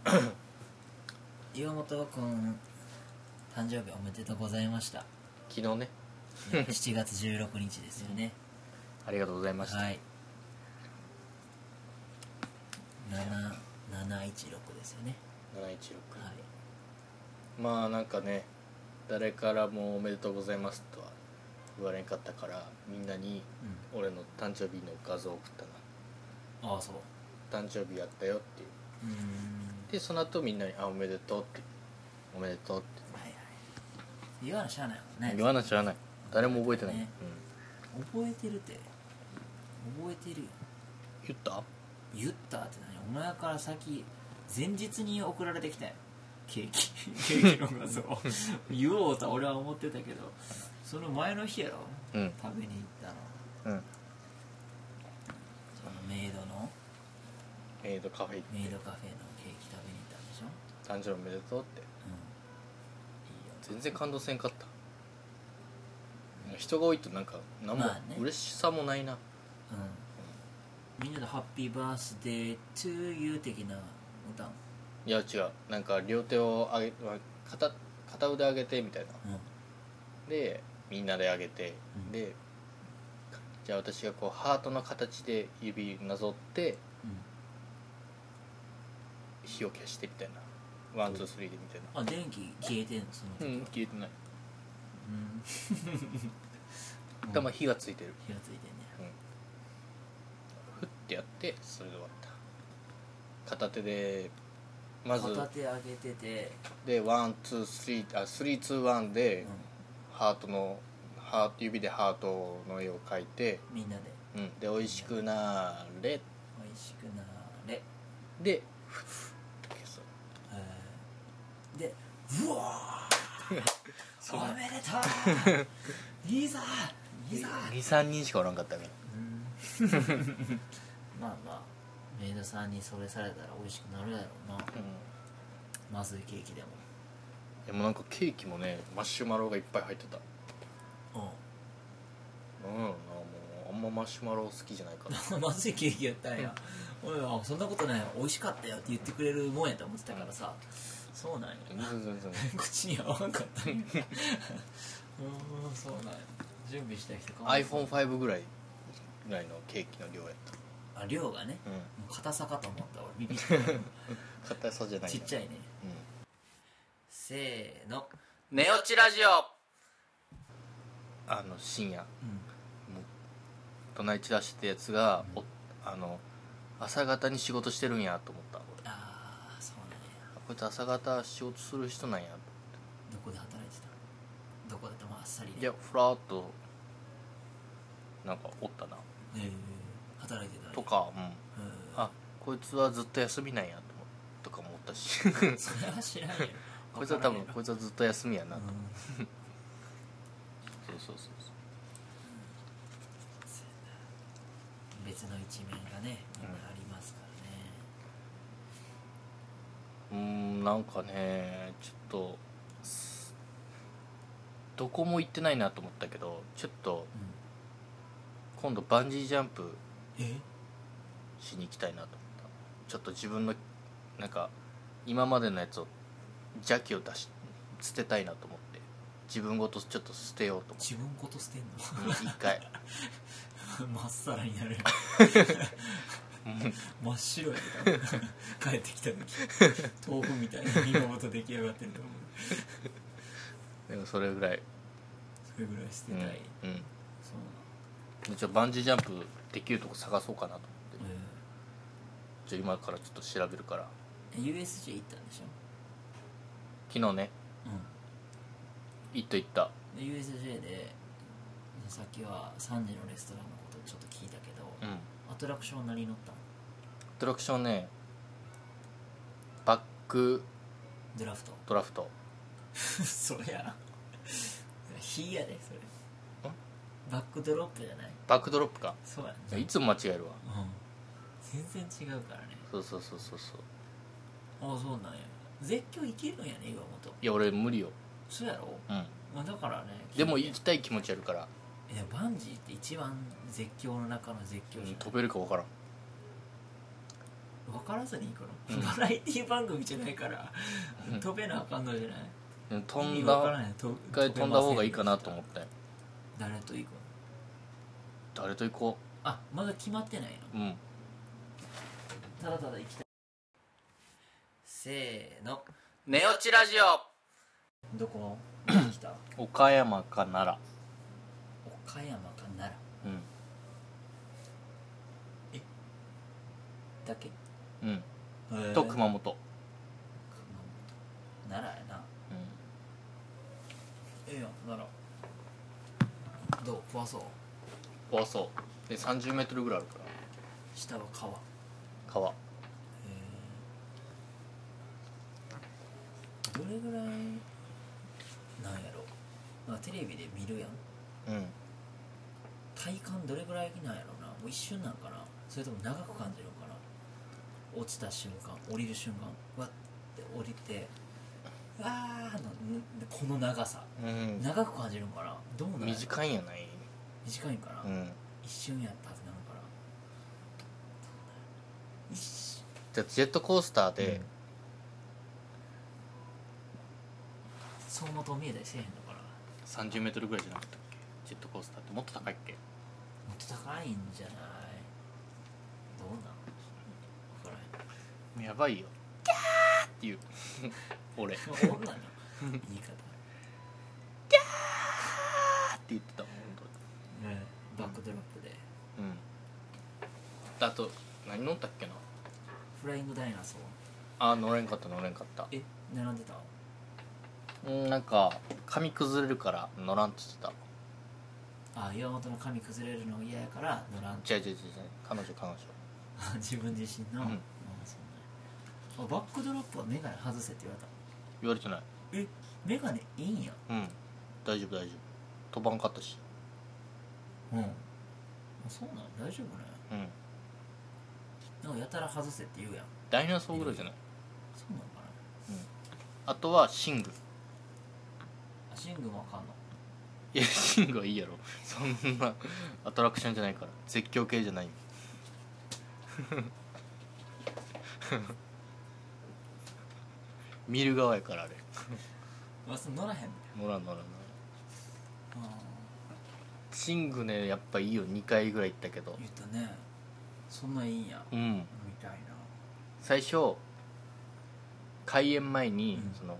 清本君誕生日おめでとうございま した、ね昨日ね7月16日ですよねありがとうございました、はい7716ですよね716はいまあなんかね誰からもおめでとうございますとは言われんかったからみんなに俺の誕生日の画像を送ったああそうな誕生日やったよっていううーんでその後みんなに「あおめでとう」って「おめでとう」ってはいはい言わなしゃあないもんね言わな知らない誰も覚えてない、ね覚えてるって覚えてるようん、言った言ったって何お前から先前日に送られてきたよケー キケーキの画像言おうとは俺は思ってたけどその前の日やろうん食べに行ったのうんそのメイドのメイドカフェ行メイってドカフェのケーキ食べに行ったんでしょ「誕生日おめでとう」ってうんいいよ全然感動せんかった人が多いとなんか何もまあね嬉しさもないな、うんみんなで「ハッピーバースデートゥーユー」的な歌いや違うなんか両手を上げ片片腕上げてみたいなうんでみんなで上げて、うんでじゃあ私がこうハートの形で指なぞってうん火を消してみたいなワンツースリーでみたいあ電気消えてんのその時なうん消えてない、うんだからまあ火がついてる火がついてんねふってやってそれで終わった片手でまず片手上げててでワンツースリーあスリーツーワンでハートのハート指でハートの絵を描いて、みんなでうん、で美味しくなーれ美味しくなれ、でふっと消すえーでうわ ーおめで とういいぞいいぞ23人しかおらんかったねうん まあまあメイドさんにそれされたら美味しくなるやろうなうんまずいケーキでもでもなんかケーキもねマシュマロがいっぱい入ってたなんやろなもうあんまマシュマロ好きじゃないからうん まずいケーキやったんや俺はそんなことないよ美味しかったよって言ってくれるもんやと思ってたからさそうなんや 全然全然口に合わんかった んやうーんそうなんや準備した人かわいそう iPhone5 ぐらいぐらいのケーキの量やっあ量がねたうんもう硬さかと思った俺ビビった硬さじゃないちっちゃい、いねうんせーの寝落ちラジオあの深夜うもう隣散らしてたやつが、おあの朝方に仕事してるんやと思った俺んああそうなんやあこいつ朝方仕事する人なんやどこで働いてたどこだったまああっさりいでやふらっとなんかおったなえー働いてたとか、うん、うんあこいつはずっと休みなんやと思うとかもおったし それは知らんよ こいつは多分わかこいつはずっと休みやならんと、ようんそうそうそうそう別の一面がねみんなありますからねうーんなんかねちょっとすどこも行ってないなと思ったけどちょっとうん今度バンジージャンプえしに行きたいなと思ったちょっと自分のなんか今までのやつを邪気を出し捨てたいなと思って自分ごとちょっと捨てようと思自分こと捨てんのって一回 まっさらになる真っ白やった帰ってきた時豆腐みたいな身の元出来上がってると思うでもそれぐらいそれぐらい捨てうん、たい、うそんうでちょバンジージャンプできるとこ探そうかなと思なっのてちょ今からちょっと調べるからえ USJ 行ったんでしょ昨日ねう行った行ったんで USJ でさっきは3時のレストランのことちょっと聞いたけど、うんアトラクション何乗ったのアトラクションねバックドラフトドラフトそりゃ火やでそれバックドロップじゃないバックドロップかそうやんいつも間違えるわうん全然違うからねそうそうそうそうそうああそうなんや絶叫いけるんやね岩本いや俺無理よそうやろ、うんまあ、だからねでもい行きたい気持ちあるからやバンジーって一番絶叫の中の絶叫じゃない、飛べるか分からん分からずに行くの、うんバラエティ番組じゃないからうん飛べなあかんのじゃないで飛意味んわからだない飛一回飛んだ方がいいかなと思てって誰と行くの誰と行こあまだ決まってないのううんただただ行きたいせーの寝落ちラジどこ来 たオ岡山か奈岡山か奈良良だけうんうん、とと熊本熊本奈良やなうええやん奈良どう怖そうん怖そうで3 0メートルぐらいあるから下は川川どれぐらいなんやろまあテレビで見るやんうん体感どれぐらいなんやろなもう一瞬なんかなそれとも長く感じるんかな落ちた瞬間降りる瞬間うわって降りてうわーのんこの長さうん長く感じるんかなどうなんやろ短いんやない短いんかな、うん一瞬やったってなるから一瞬じゃあジェットコースターで、走馬灯見えたりせえへんのかなも3 0メートルぐらいじゃなかったっけジェットコースターってもっと高いっけっと高いんじゃないどうなん分からへんやばいよキャーって言う 俺キャーっ女 の言い方て言ってたもん本ねバックドロップで当にうんであと何乗ったっけなフライングダイナソーあ乗れんかった乗れんかったえ並んでたうんなんか髪崩れるから乗らんって言ってたあ岩本の髪崩れるの嫌やから乗らん違う違う違う違う彼女彼女 自分自身の、うんあそうねあバックドロップはメガネ外せって言われた言われてないえメガネいいんやうん大丈夫大丈夫飛ばんかったしうんあそうなん大丈夫ねうんなんかやたら外せって言うやんダイナソーぐらいじゃないそうなんかなあとはシングあシングもあかんのいやシングはいいやろそんなアトラクションじゃないから絶叫系じゃないふふ見る側やからあれあそう乗らへん乗らん乗らん乗らんあシングねやっぱいいよ2回ぐらい行ったけどー言ったねそんないいんやうんみたいな最初開演前に、うんその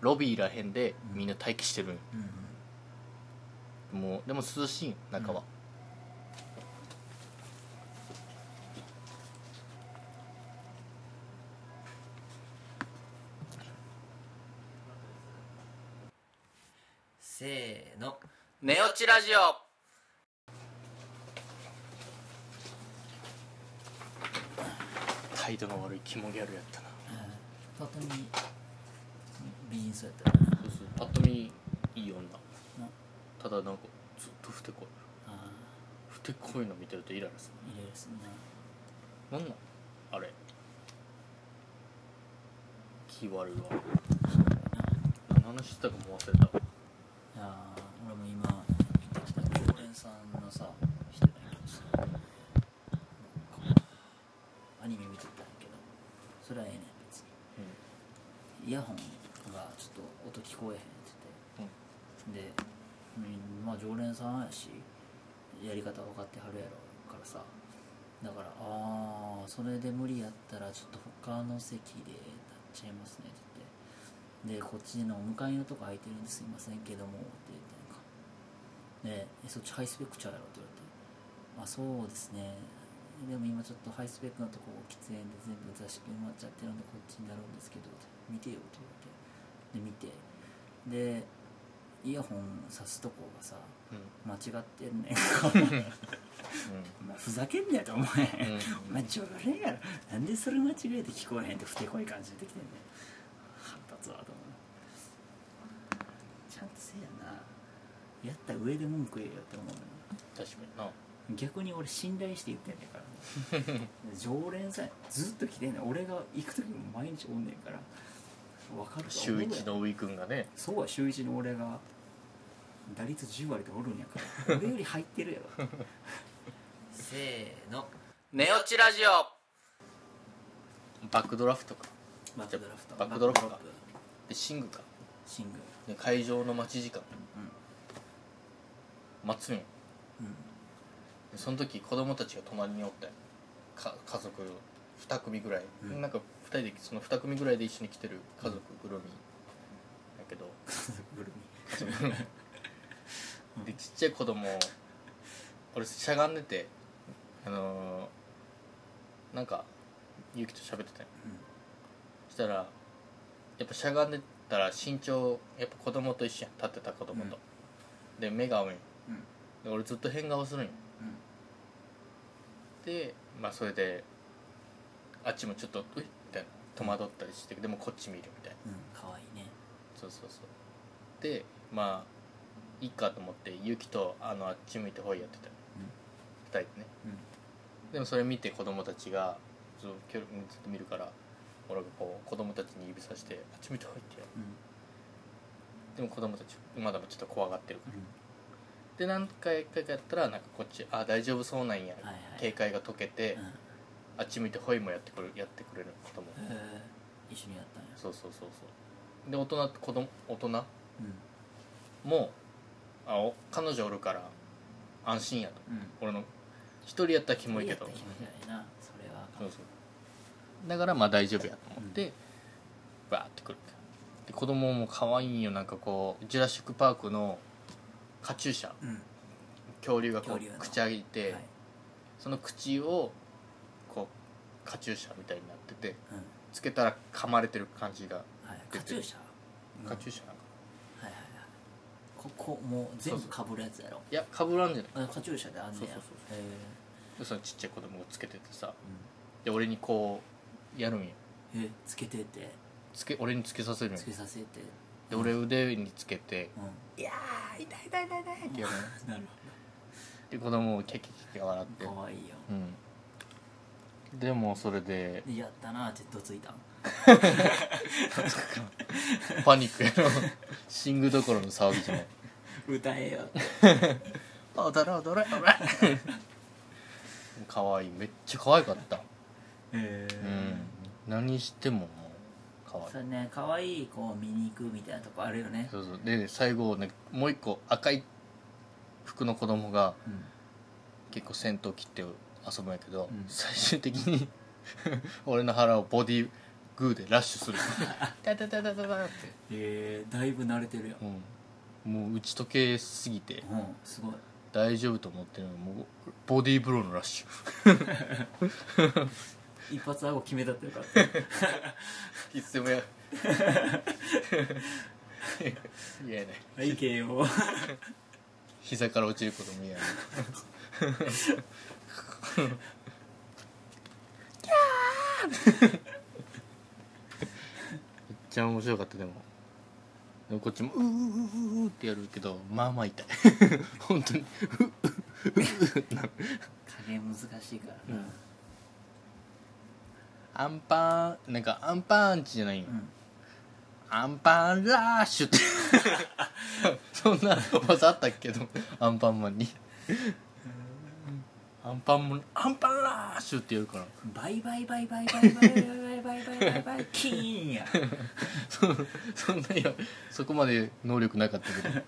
ロビーらへんでうんみんな待機してるんようんもうでも涼しいん中は、せーの寝落ちラジオ態度の悪い肝ギャルやったなパッと見美人そうやったからなそうそうぱっと見いい女なただなんかずっとふてこいあふてこいの見てるとイライラすーいろいろすんなるなんなんあれ気悪いわ何の話してたかも忘れたわあー俺も今行ってきた常連さんのさ人がいるんですよなんかアニメ見てたんやけどそれはええねん別にイヤホンがちょっと音聞こえへんって言ってで、うん、まあ常連さんやしやり方分かってはるやろからさだから「ああそれで無理やったらちょっと他の席でなっちゃいますね」って言って。でこっちの向かいのとこ空いてるんですいませんけどもって言ってなんかでえそっちハイスペックちゃうやろって言われてあそうですねでも今ちょっとハイスペックのとこ喫煙で全部座敷埋まっちゃってるんでこっちになるんですけどって見てよって言われてで見てでイヤホン挿すとこがさうん間違ってんねんうお前 ふざけんなよとお前、んうんお前常連やろなんでそれ間違えて聞こえへんってふてこい感じできてんねん腹立つわと思うちゃんとせやなやった上で文句言えよって思うのよ確かにな逆に俺信頼して言ってんねんから 常連さんずっと来てんねん俺が行く時も毎日おんねんから分かると思週うやん一のウィ君がねそうは週一の俺が打率10割でおるんやから俺より 入ってるやろせーの寝落ちラジオバックドラフトかバックドラフトバックドラフトバックドラでシングかシングルで会場の待ち時間待つんようんでその時子供たちが隣におったんよか家族2組ぐらい、うんなんか2人でその2組ぐらいで一緒に来てる家族ぐるみだけど、グルミでちっちゃい子供俺しゃがんでてあのーなんかゆきと喋ってたよ、そしたらやっぱしゃがんでたら身長やっぱ子供と一緒やん立ってた子供と、で目が合うんようんで俺ずっと変顔するんようんでまあそれであっちもちょっと「うっ」みたいな戸惑ったりしてでもこっち見るみたいなうん可愛いねそうそうそうでまあいいかと思ってゆきとあのあっち向いてほいやってたよ、二人でねうんでもそれ見て子供たちがずっとずっと見るから俺がこう子供たちに指さして「あっち向いてほい」ってやるうんでも子供たちまだちょっと怖がってるからで何回かやったらなんかこっち「あ大丈夫そうなんや」はいはい警戒が解けて、うんあっち向いてほいもやってくれるやってくれる子供、へー一緒にやったんやそうそうそうそうで大人子供大人うんもあお彼女おるから安心やとうん俺の一人やったらキキモモいいやけったどらキモいじゃないなそれはそうそうだからまあ大丈夫やと思って、バーってくるで子供も可愛いんよなんかこうジュラシック・パークのカチューシャうん恐竜がこ恐竜のう口開いて、はいその口をこうカチューシャみたいになっててうんつけたら噛まれてる感じが、はいカチューシャうんカチューシャなんかはいはいはいここもう全部かぶるやつやろいやかぶらんじゃないあカチューシャであんねやそうそうへーでそのちっちゃい子供がつけててさで俺にこうやるんようんえつけてってつけ俺につけさせるんよつけさせてで俺腕につけてうん「いやー痛い痛い痛い痛い」ってやるんよなるで子供をキャキャキャキャ笑ってほど可愛いようんでもそれででやったなってどついたん パニックやろシングどころの騒ぎじゃない歌えよ「踊れ踊れ踊れ」可愛いめっちゃ可愛かったへうん、何してももう可愛いそれね可愛い子を見に行くみたいなとこあるよねそうそうで最後ねもう一個赤い服の子供がうん結構戦闘切って遊ぶんやけど、うん最終的に 俺の腹をボディグーでラッシュする タタタタタタって、えー、だいぶ慣れてるようん、もう打ち解けすぎてうんすごい大丈夫と思ってるのにもうボディーブローのラッシュ一発顎決めたってよかったいつでもや嫌やねはい、けよ。膝から落ちることも嫌やねめっちゃ面白かったでもでもこっちも「ううううう」ってやるけどまあまあ 痛い本当に加減難しいからな。アンパンなんかアンパンチじゃないんよ、うん。アンパンラッシュって そんな技あったっけどアンパンマンにアンパンマンアンパンラッシュってやるからバイバイバイバイバイバイバイバイバイバイバイバイキーンや。そそんなにそこまで能力なかったけど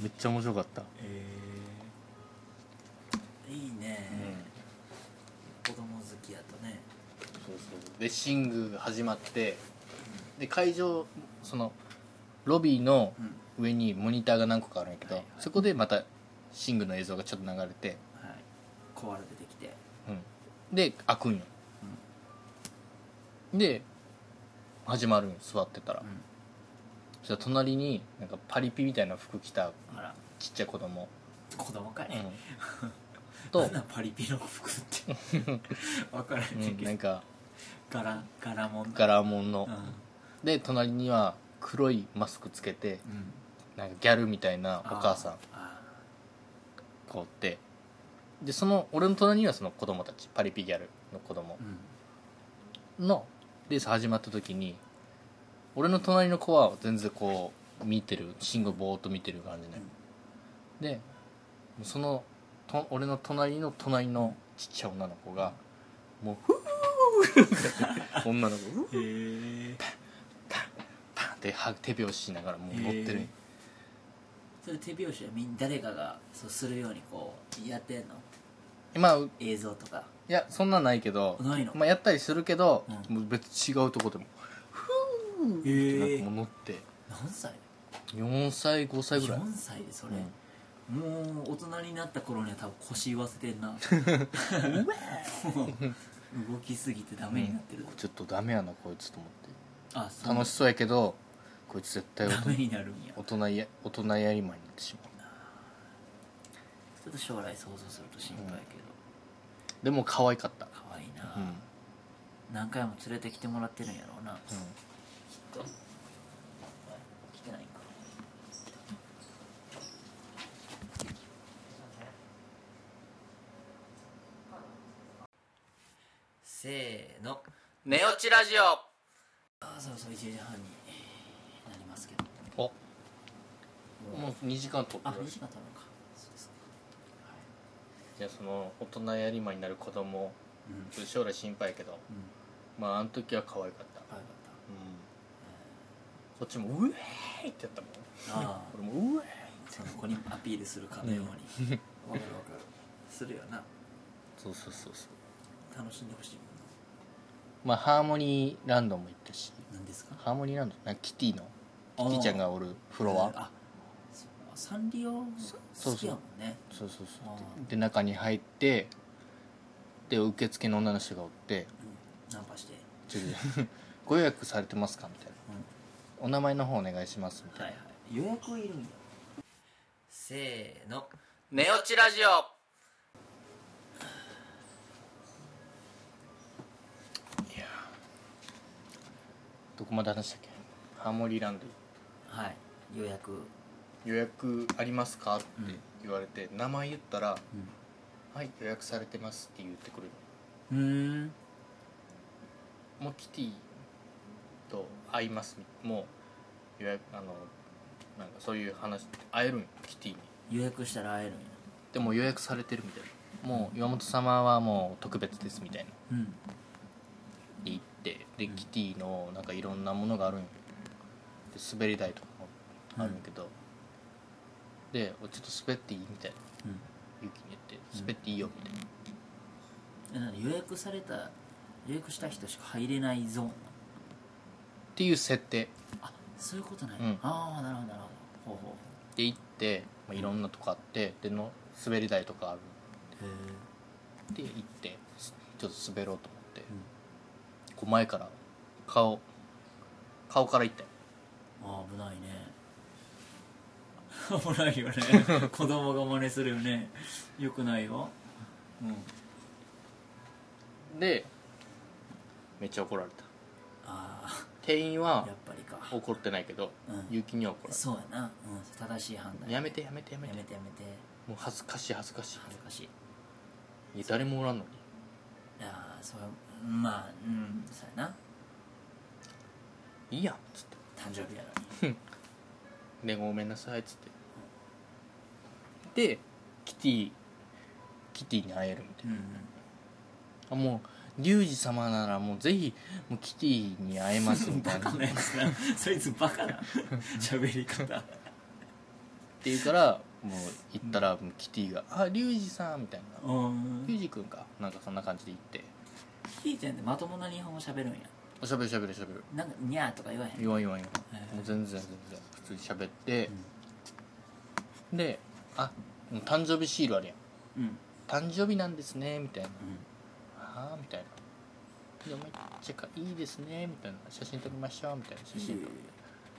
めっちゃ面白かった、ええ。いいねう。子供好きやとね。そうそうでシングが始まってで会場そのロビーのうん。上にモニターが何個かあるんやけど、はいはいそこでまたシングの映像がちょっと流れて、はい。コアラ出てきて。うん、で開くんよ、で始まるんよ座ってたら、うんそしたら隣になんかパリピみたいな服着たあら、ちっちゃい子供、子供かうんね。 とどんなパリピの服って。 わからへうんねんん、けなどん。か柄、柄もん。柄物の、うん。で隣には黒いマスクつけてうん。なんかギャルみたいなお母さんあこうってでその俺の隣にはその子供たちパリピギャルの子供ー。うん。のレース始まった時に俺の隣の子は全然こう見てる信号ぼーっと見てる感じね、でそのと俺の隣の隣のちっちゃい女の子がもう「フーー女の子うーへえパンパンっては手拍子しながらもう乗ってるんよそれ手拍子はみん誰かがそうするようにこうやってんのまあい映像とかやそんなんないけどないのまあ、やったりするけど、うもう別に違うとこでもってなへんえかもう乗って何歳4歳5歳ぐらい、 4歳でそれ、うんもう大人になった頃には多分腰言わせてんなもう動きすぎてダメになってる、ちょっとダメやなこいつと思っあてそう楽しそうやけどこいつ絶対大ダ人メになるんや大人や大人やりまになってしまうちょっと将来想像すると心配やけど、でも可愛かった可愛いな、うん、うん、何回も連れてきてもらってるんやろうな、きっと来てないんかせーの寝落ちラジオあーそろそろ1時半になりますけどおもう2時間とあ2時間経るのかそうですかじゃあその大人やりまになる子供うんうんちょっと将来心配やけどまああの時は可愛かった、可愛かこっちも「うえーい!」ってやったもんったああ俺も「うえーい!」その子にアピールするかのようにわかるわかるするよなそうそうそうそう楽しんでほしいもんまあハーモニーランドも行ったしな何ですかハーモニーランドなんかキティのキティちゃんがおるフロアあそうサンリオそうそう好きやもんねそうそうそあうで中に入ってで受付の女の人がおってナンパして、 「ちょっと ご予約されてますか?」みたいなう「お名前の方お願いします」みたいん、はいはい予約いるんだせーの寝落ちラジオなどこまで話したっけハーモニーランドはい予約予約ありますか?」ってうん言われて、名前言ったら「うんはい予約されてます」って言ってくるうんもうキティと会いますもう予約あのなんかそういう話会えるんよキティに予約したら会えるんやでも予約されてるみたいなもう岩本様はもう特別ですみたいなうんで行ってでキティのなんかいろんなものがあるんよで滑り台とかもあるんやけど、でおちょっと滑っていいみたいなうんゆきに言って滑っていいよみたいえな、なんで予約された予約した人しか入れないゾーンなのっていう設定あそういうことない、うんああなるほどなるほどほうほで行って、まあ、いろんなとこあってでの滑り台とかあるうへで行ってすちょっと滑ろうと思って、こう前から顔顔から行ったよあー危ないね 危ないよね 子供が真似するよねよくないようんでめっちゃ怒られたあ店員あはやっぱりか怒ってないけど、うん結城には怒られそうやな、うん、正しい判断たやめてやめてやめやてめてやめてもう恥ずかしい恥ずかしい恥ずかしいいや誰もおらんのにいやーそれまあうんそうやないいやんっつって誕生日やでごめんなさいっつってでキティキティに会えるみたいのにな、あもうリュウジ様ならもうぜひもうキティに会えますうん、うみん、た バいなカっなやつなそいつバカ な喋り方て言うからもう行ったらもうキティが「あリュウジさん」みたいなうんリュウジ君かなんかそんな感じで行ってキーちゃんってまともな日本語喋るんやおしゃべりしゃべりしゃべるなんかニャーとか言わへん言わん言わん言わん、はいもう全然全然普通にしゃべって、で「あもう誕生日シールあるやんうん誕生日なんですね」みたいなうん「ああ」みたいな「いやめっちゃかいいですね」みたいな「写真撮りましょう」みたいな写真撮って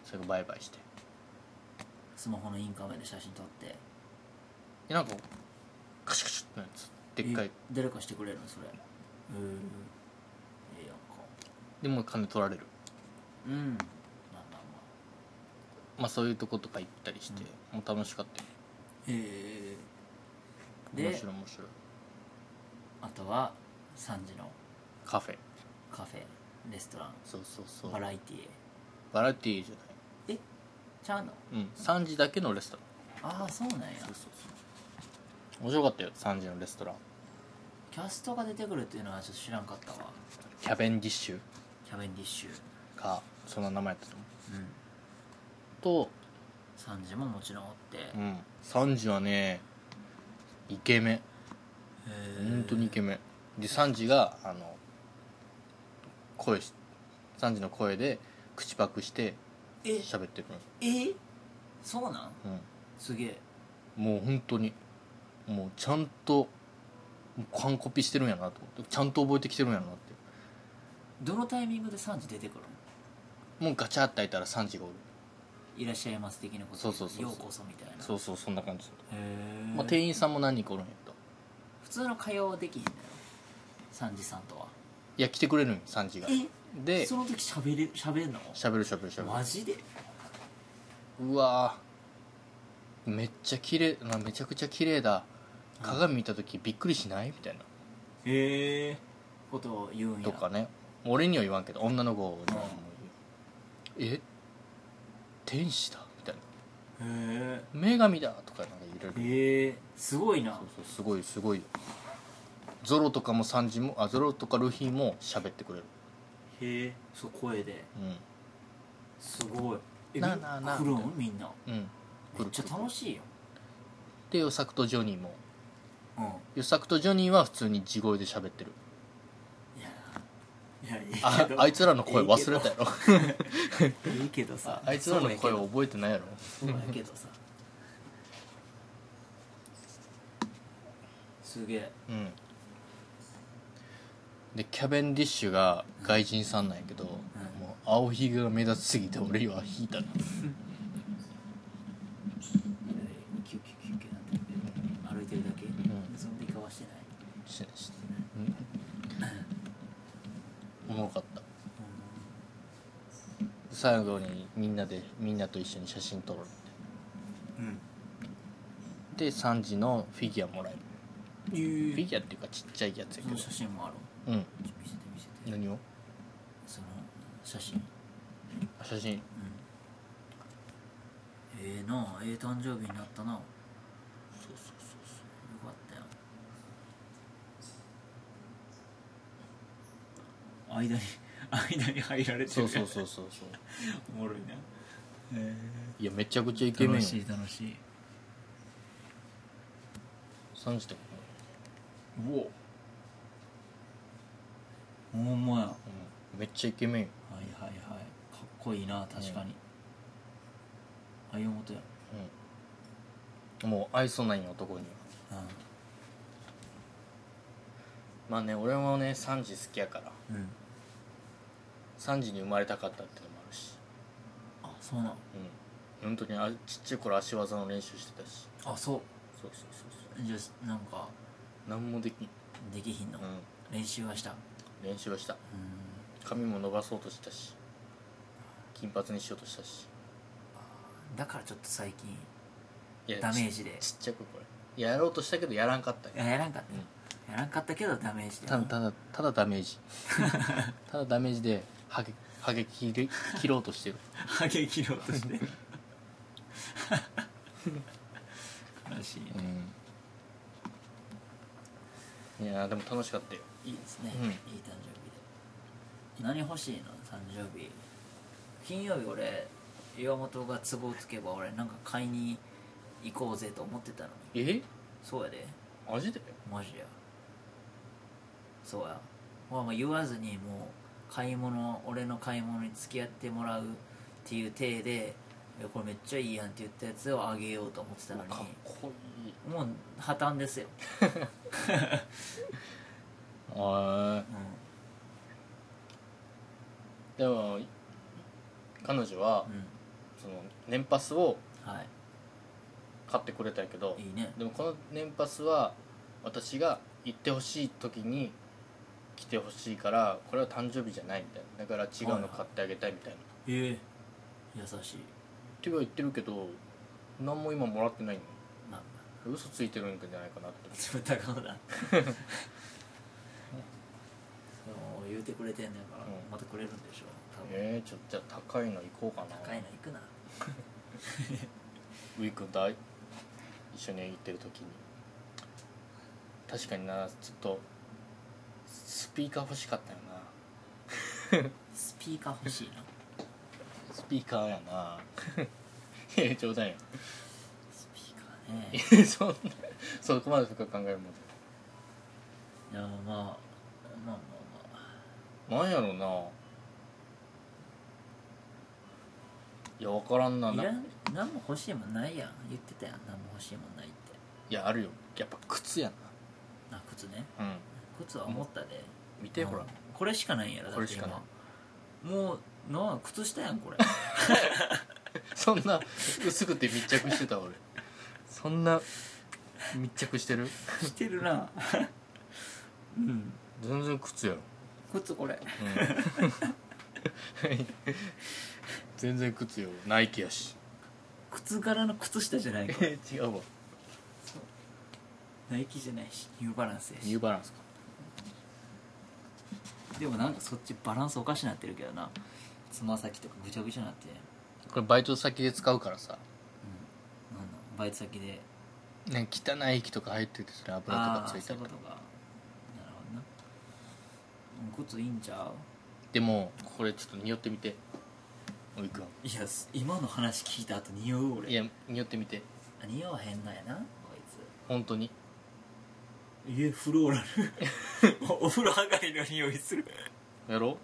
それがバイバイしてスマホのインカメで写真撮ってでなんかカシャカシャってなやつでっかいえ誰かしてくれるのそれうんええやんかでもう金取られるうんまあまあまあまあそういうとことか行ったりして、もう楽しかったよええ面で白い面白いあとは3時のカフェカフェレストランそうそうそうバラエティバラエティーじゃなーいえちゃうのうん3時だけのレストランああそうなんやそうそうそう面白かったよ3時のレストランキャストが出てくるっていうのはちょっと知らんかったわキャベンディッシュキャベンディッシュかそんな名前やったと思うんうとサンジももちろんおって、へうん、サンジはねイケメンえ本当にイケメンでサンジがあの声しサンジの声で口パクしてえ喋ってるえそうなんの、すげえうん、もう本当にもうちゃんともう完コピしてるんやなと思ってちゃんと覚えてきてるんやなってどのタイミングでサンジ出てくるのもうガチャって開いたらサンジがおるいらっしゃいます的なことそうそうそうそうようこそみたいなそうへそうそんな感じ、え、まあ、店員さんも何人かおるんやと普通の会話はできへんだよサンジさんとはいや来てくれるんよサンジがでその時喋る喋んの喋る喋る喋るマジでうわーめっちゃ綺麗なめちゃくちゃ綺麗だ鏡見た時びっくりしないみたいなへえことを言うんやとかね俺には言わんけど女の子にはもう言うえ天使だみたいなへえ女神だとかなんか言われるへえすごいなそうそうすごいすごいよゾロとかもサンジもあゾロとかルフィも喋ってくれるへえそう声でうすごいえなあなあなあみ来るみたいんみんなうんうんめっちゃ楽しいよでヨサクとジョニーもうんヨサクとジョニーは普通に地声で喋ってるいやいやいいあけどあいつらの声忘れたやろいいけどさああいつらの声を覚えてないやろそうやけど さすげえうんでキャベンディッシュが外人さんなんやけど、もう青ひげが目立ちすぎて俺には引いたなキュッキュッキュッキュッなってるけど歩いてるだけ、んゾンビ化はしてないししうんおもろかった最後にみんなでみんなと一緒に写真撮ろうってうんで3時のフィギュアもらえるえフィギュアっていうかちっちゃいやつやそけのど写真もあるうんちょ見せて見せて何をその写真あ写真ええなあええ誕生日になったなよそうそうそうかったよ間に間に入られてそうるそうそうそうそうおもろいなへえいやめちゃくちゃイケメン楽よしい楽しい3時とかうおほんまやはうんめっちゃイケメンよいはいはいかっこいいな確かに、ああいうことやうん、もう愛想ない男にはまあね俺もね3時好きやからうん、うん、 3時に生まれたかったっていうのもあるしあそうなんうん本当にあちっちゃい頃足技の練習してたしあそそうそうそうそうじゃあなんかう何もできん、できひんの、うん、練習はしたう練習はしたーん髪も伸ばそうとしたし金髪にしようとしたしだからちょっと最近いやダメージでちちっちゃい頃これやろうとしたけどやらんかったんいやややらんかった、やらんかったけどダメージでただただただダメ ージただダメージでハゲハゲ切り切ろうとしてるハゲ切ろうとして 悲しいやーでも楽しかったよいいいですね、うんいい誕生日で何欲しいの誕生日金曜日俺岩本が都合つけば俺なんか買いに行こうぜと思ってたのにえそうやでマジでマジやそうやまあまあ言わずにもう買い物俺の買い物に付き合ってもらうっていう体でいやこれめっちゃいいやんって言ったやつをあげようと思ってたのにかっこいいもう破綻ですよ、あうでも彼女はんうん、その年パスをは買ってくれたんやけどいいいねでもこの年パスは私が行ってほしい時に来てほしいからこれは誕生日じゃないみたいなだから違うの買ってあげたいみたいなええ優しいっては言ってるけど何も今もらってないのまあまあ嘘ついてるんじゃないかな って疑うなそう言うてくれてんねんから、うんまたくれるんでしょ多分えー、ちょっとじゃあ高いの行こうかな高いの行くなウィークだい一緒に行ってる時に確かになちょっとピーカー欲しかったよなスピーカー欲しいなスピーカーや ないや冗談やスピーカーねいやそんなそこまで深く考えるもんいじやまあまあまあまあゃないなんやろうないや分からんないならいん何も欲しいもんないやん言ってたやん何も欲しいもんないってやあるよやっぱ靴やあ靴ねなうん靴は思ったで、見てほらうんこれしかないんやろだこっれてしかない今もうなあ靴下やんこれそんな薄くて密着してた俺そんな密着してるしてるなうん全然靴やろ、靴これうん、全然靴よナイキやし靴柄の靴下じゃないこれ違うわナイキじゃないしニューバランスやニューしバランスかでもなんかそっちバランスおかしなってるけどなつま先とかぐちゃぐちゃなってこれバイト先で使うからさなんだバイト先でね汚い息とか入っててそれ油とかつあーいてそうるいうことかなるほどなうん靴いいんちゃうでもこれちょっと匂ってみておいくんいやす今の話聞いた後匂う俺いや匂ってみてあ匂わへんのやなこい本当につえフローラ ルお風呂上がりの匂いするやろ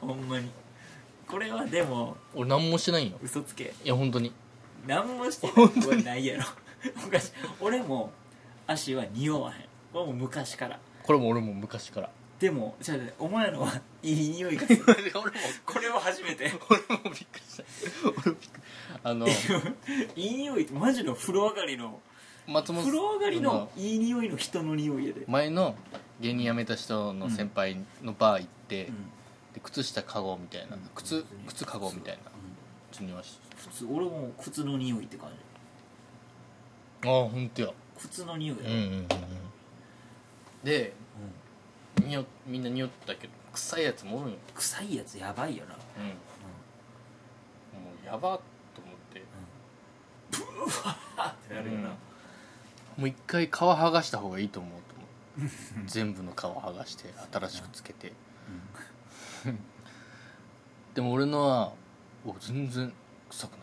ほんまにこれはでも俺何もしてないんよ嘘つけいや本当に何もしてないことはないやろ 昔俺も足は匂わへんこれはもう昔からこれも俺も昔からでもじゃあお前のはいい匂いがする 俺もこれは初めて 俺もびっくりした俺もびっくりあのいい匂いってマジの風呂上がりの松本風呂上がりのいい匂いの人の匂いやで、前の芸人辞めた人の先輩のバー行って、うんで靴下カゴみたいな、靴靴カゴみたいなうん靴にまし靴俺も靴の匂いって感じたああ本当や靴の匂いだうんよ、うんうんうんでうんにおみんな匂ってたけど臭いやつもおるんよ、臭いやつやばいよな、うん、もうやばっと思ってうん、うんもう一回皮剥がした方がいいと思うと 思う全部の皮剥がして新しくつけてでも俺のはお全然臭くない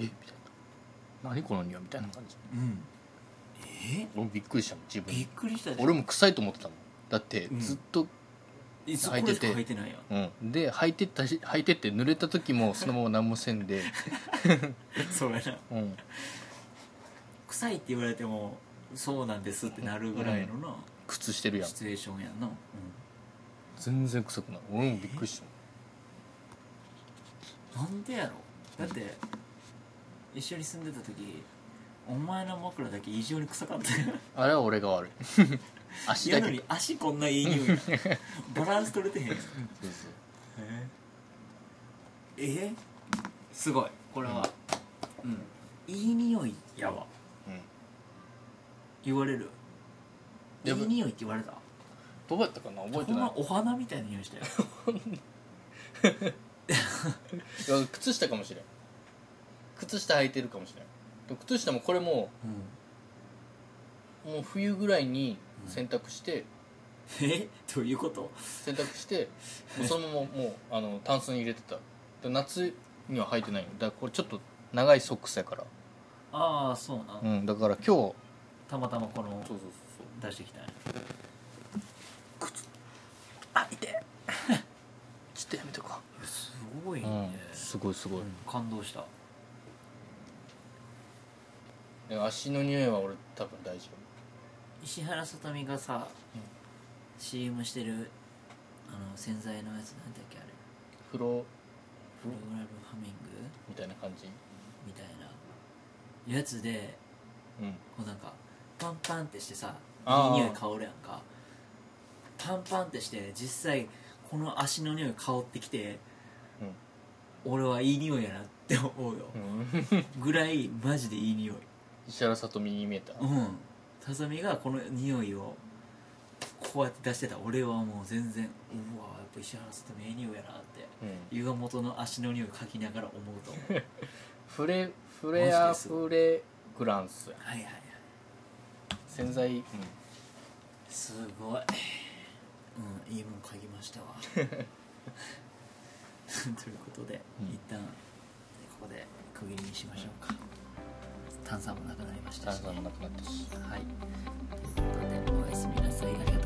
みたいなえみたいな何この匂いみたいな感じうん、うんえ俺もびっくりしたもん自分びっでくりしたでしょ俺も臭いと思ってたもんだってうんずっと、いつこ履いれてしてか履いてないやんうんで履いてったし履いてって濡れた時もそのまま何もせんで、 そうやなうん、臭いって言われてもそうなんですってなるぐらいのな、靴してるやんシチュエーションやんな、うん全然臭くない俺もびっくりしたもなんんでやろだって一緒に住んでた時お前の枕だけ異常に臭かったよあれは俺 が悪い足やだのけに足こんないい匂いやんバランス取れてへんやんそうそうええすごいこれはうん、いい匂いやわうん言われるいやばい匂いって言われたどうやったかな覚えてほんなまお花みたいな匂いしたよいいや靴下かもしれん靴下履いてるかもしれんでも靴下もこれもうんもう冬ぐらいに洗濯して、 えどういうこと洗濯してもうそのままもうあのタンスに入れてたで夏には履いてないよだからこれちょっと長いソックスやからああそうな、うんだから今日そうたまたまこのそうそう出してきたんやあ痛いちょっとやめとこ、すごいううねん、、すごいすごい、うん感動したで足の匂いは俺多分大丈石原さとみがさ、うん CM してるあの洗剤のやつなんだっけあれ夫風呂プログラムハミングみたいな感じみたいなやつでうんこうなんかパンパンってしてさいあいー匂い香るやんかパンパンってして実際この足の匂い香ってきて俺はいい匂いやなって思うようん、 ぐらいマジでいい匂い石原さとみに見えた、うんささみがこの匂いをこうやって出してた俺はもう全然うわやっぱ石原さとみええ匂いやなってうん、湯が元の足の匂い嗅ぎながら思うと思 うフレフレアマジですフレグランスやはいはいはい洗剤、うん、すごいうんいいもん嗅ぎましたわ ということで、うん一旦ここで区切りにしましょうか炭酸もなくなりました炭し、酸もなくなったしはいということでおやすみなさいありがとうございました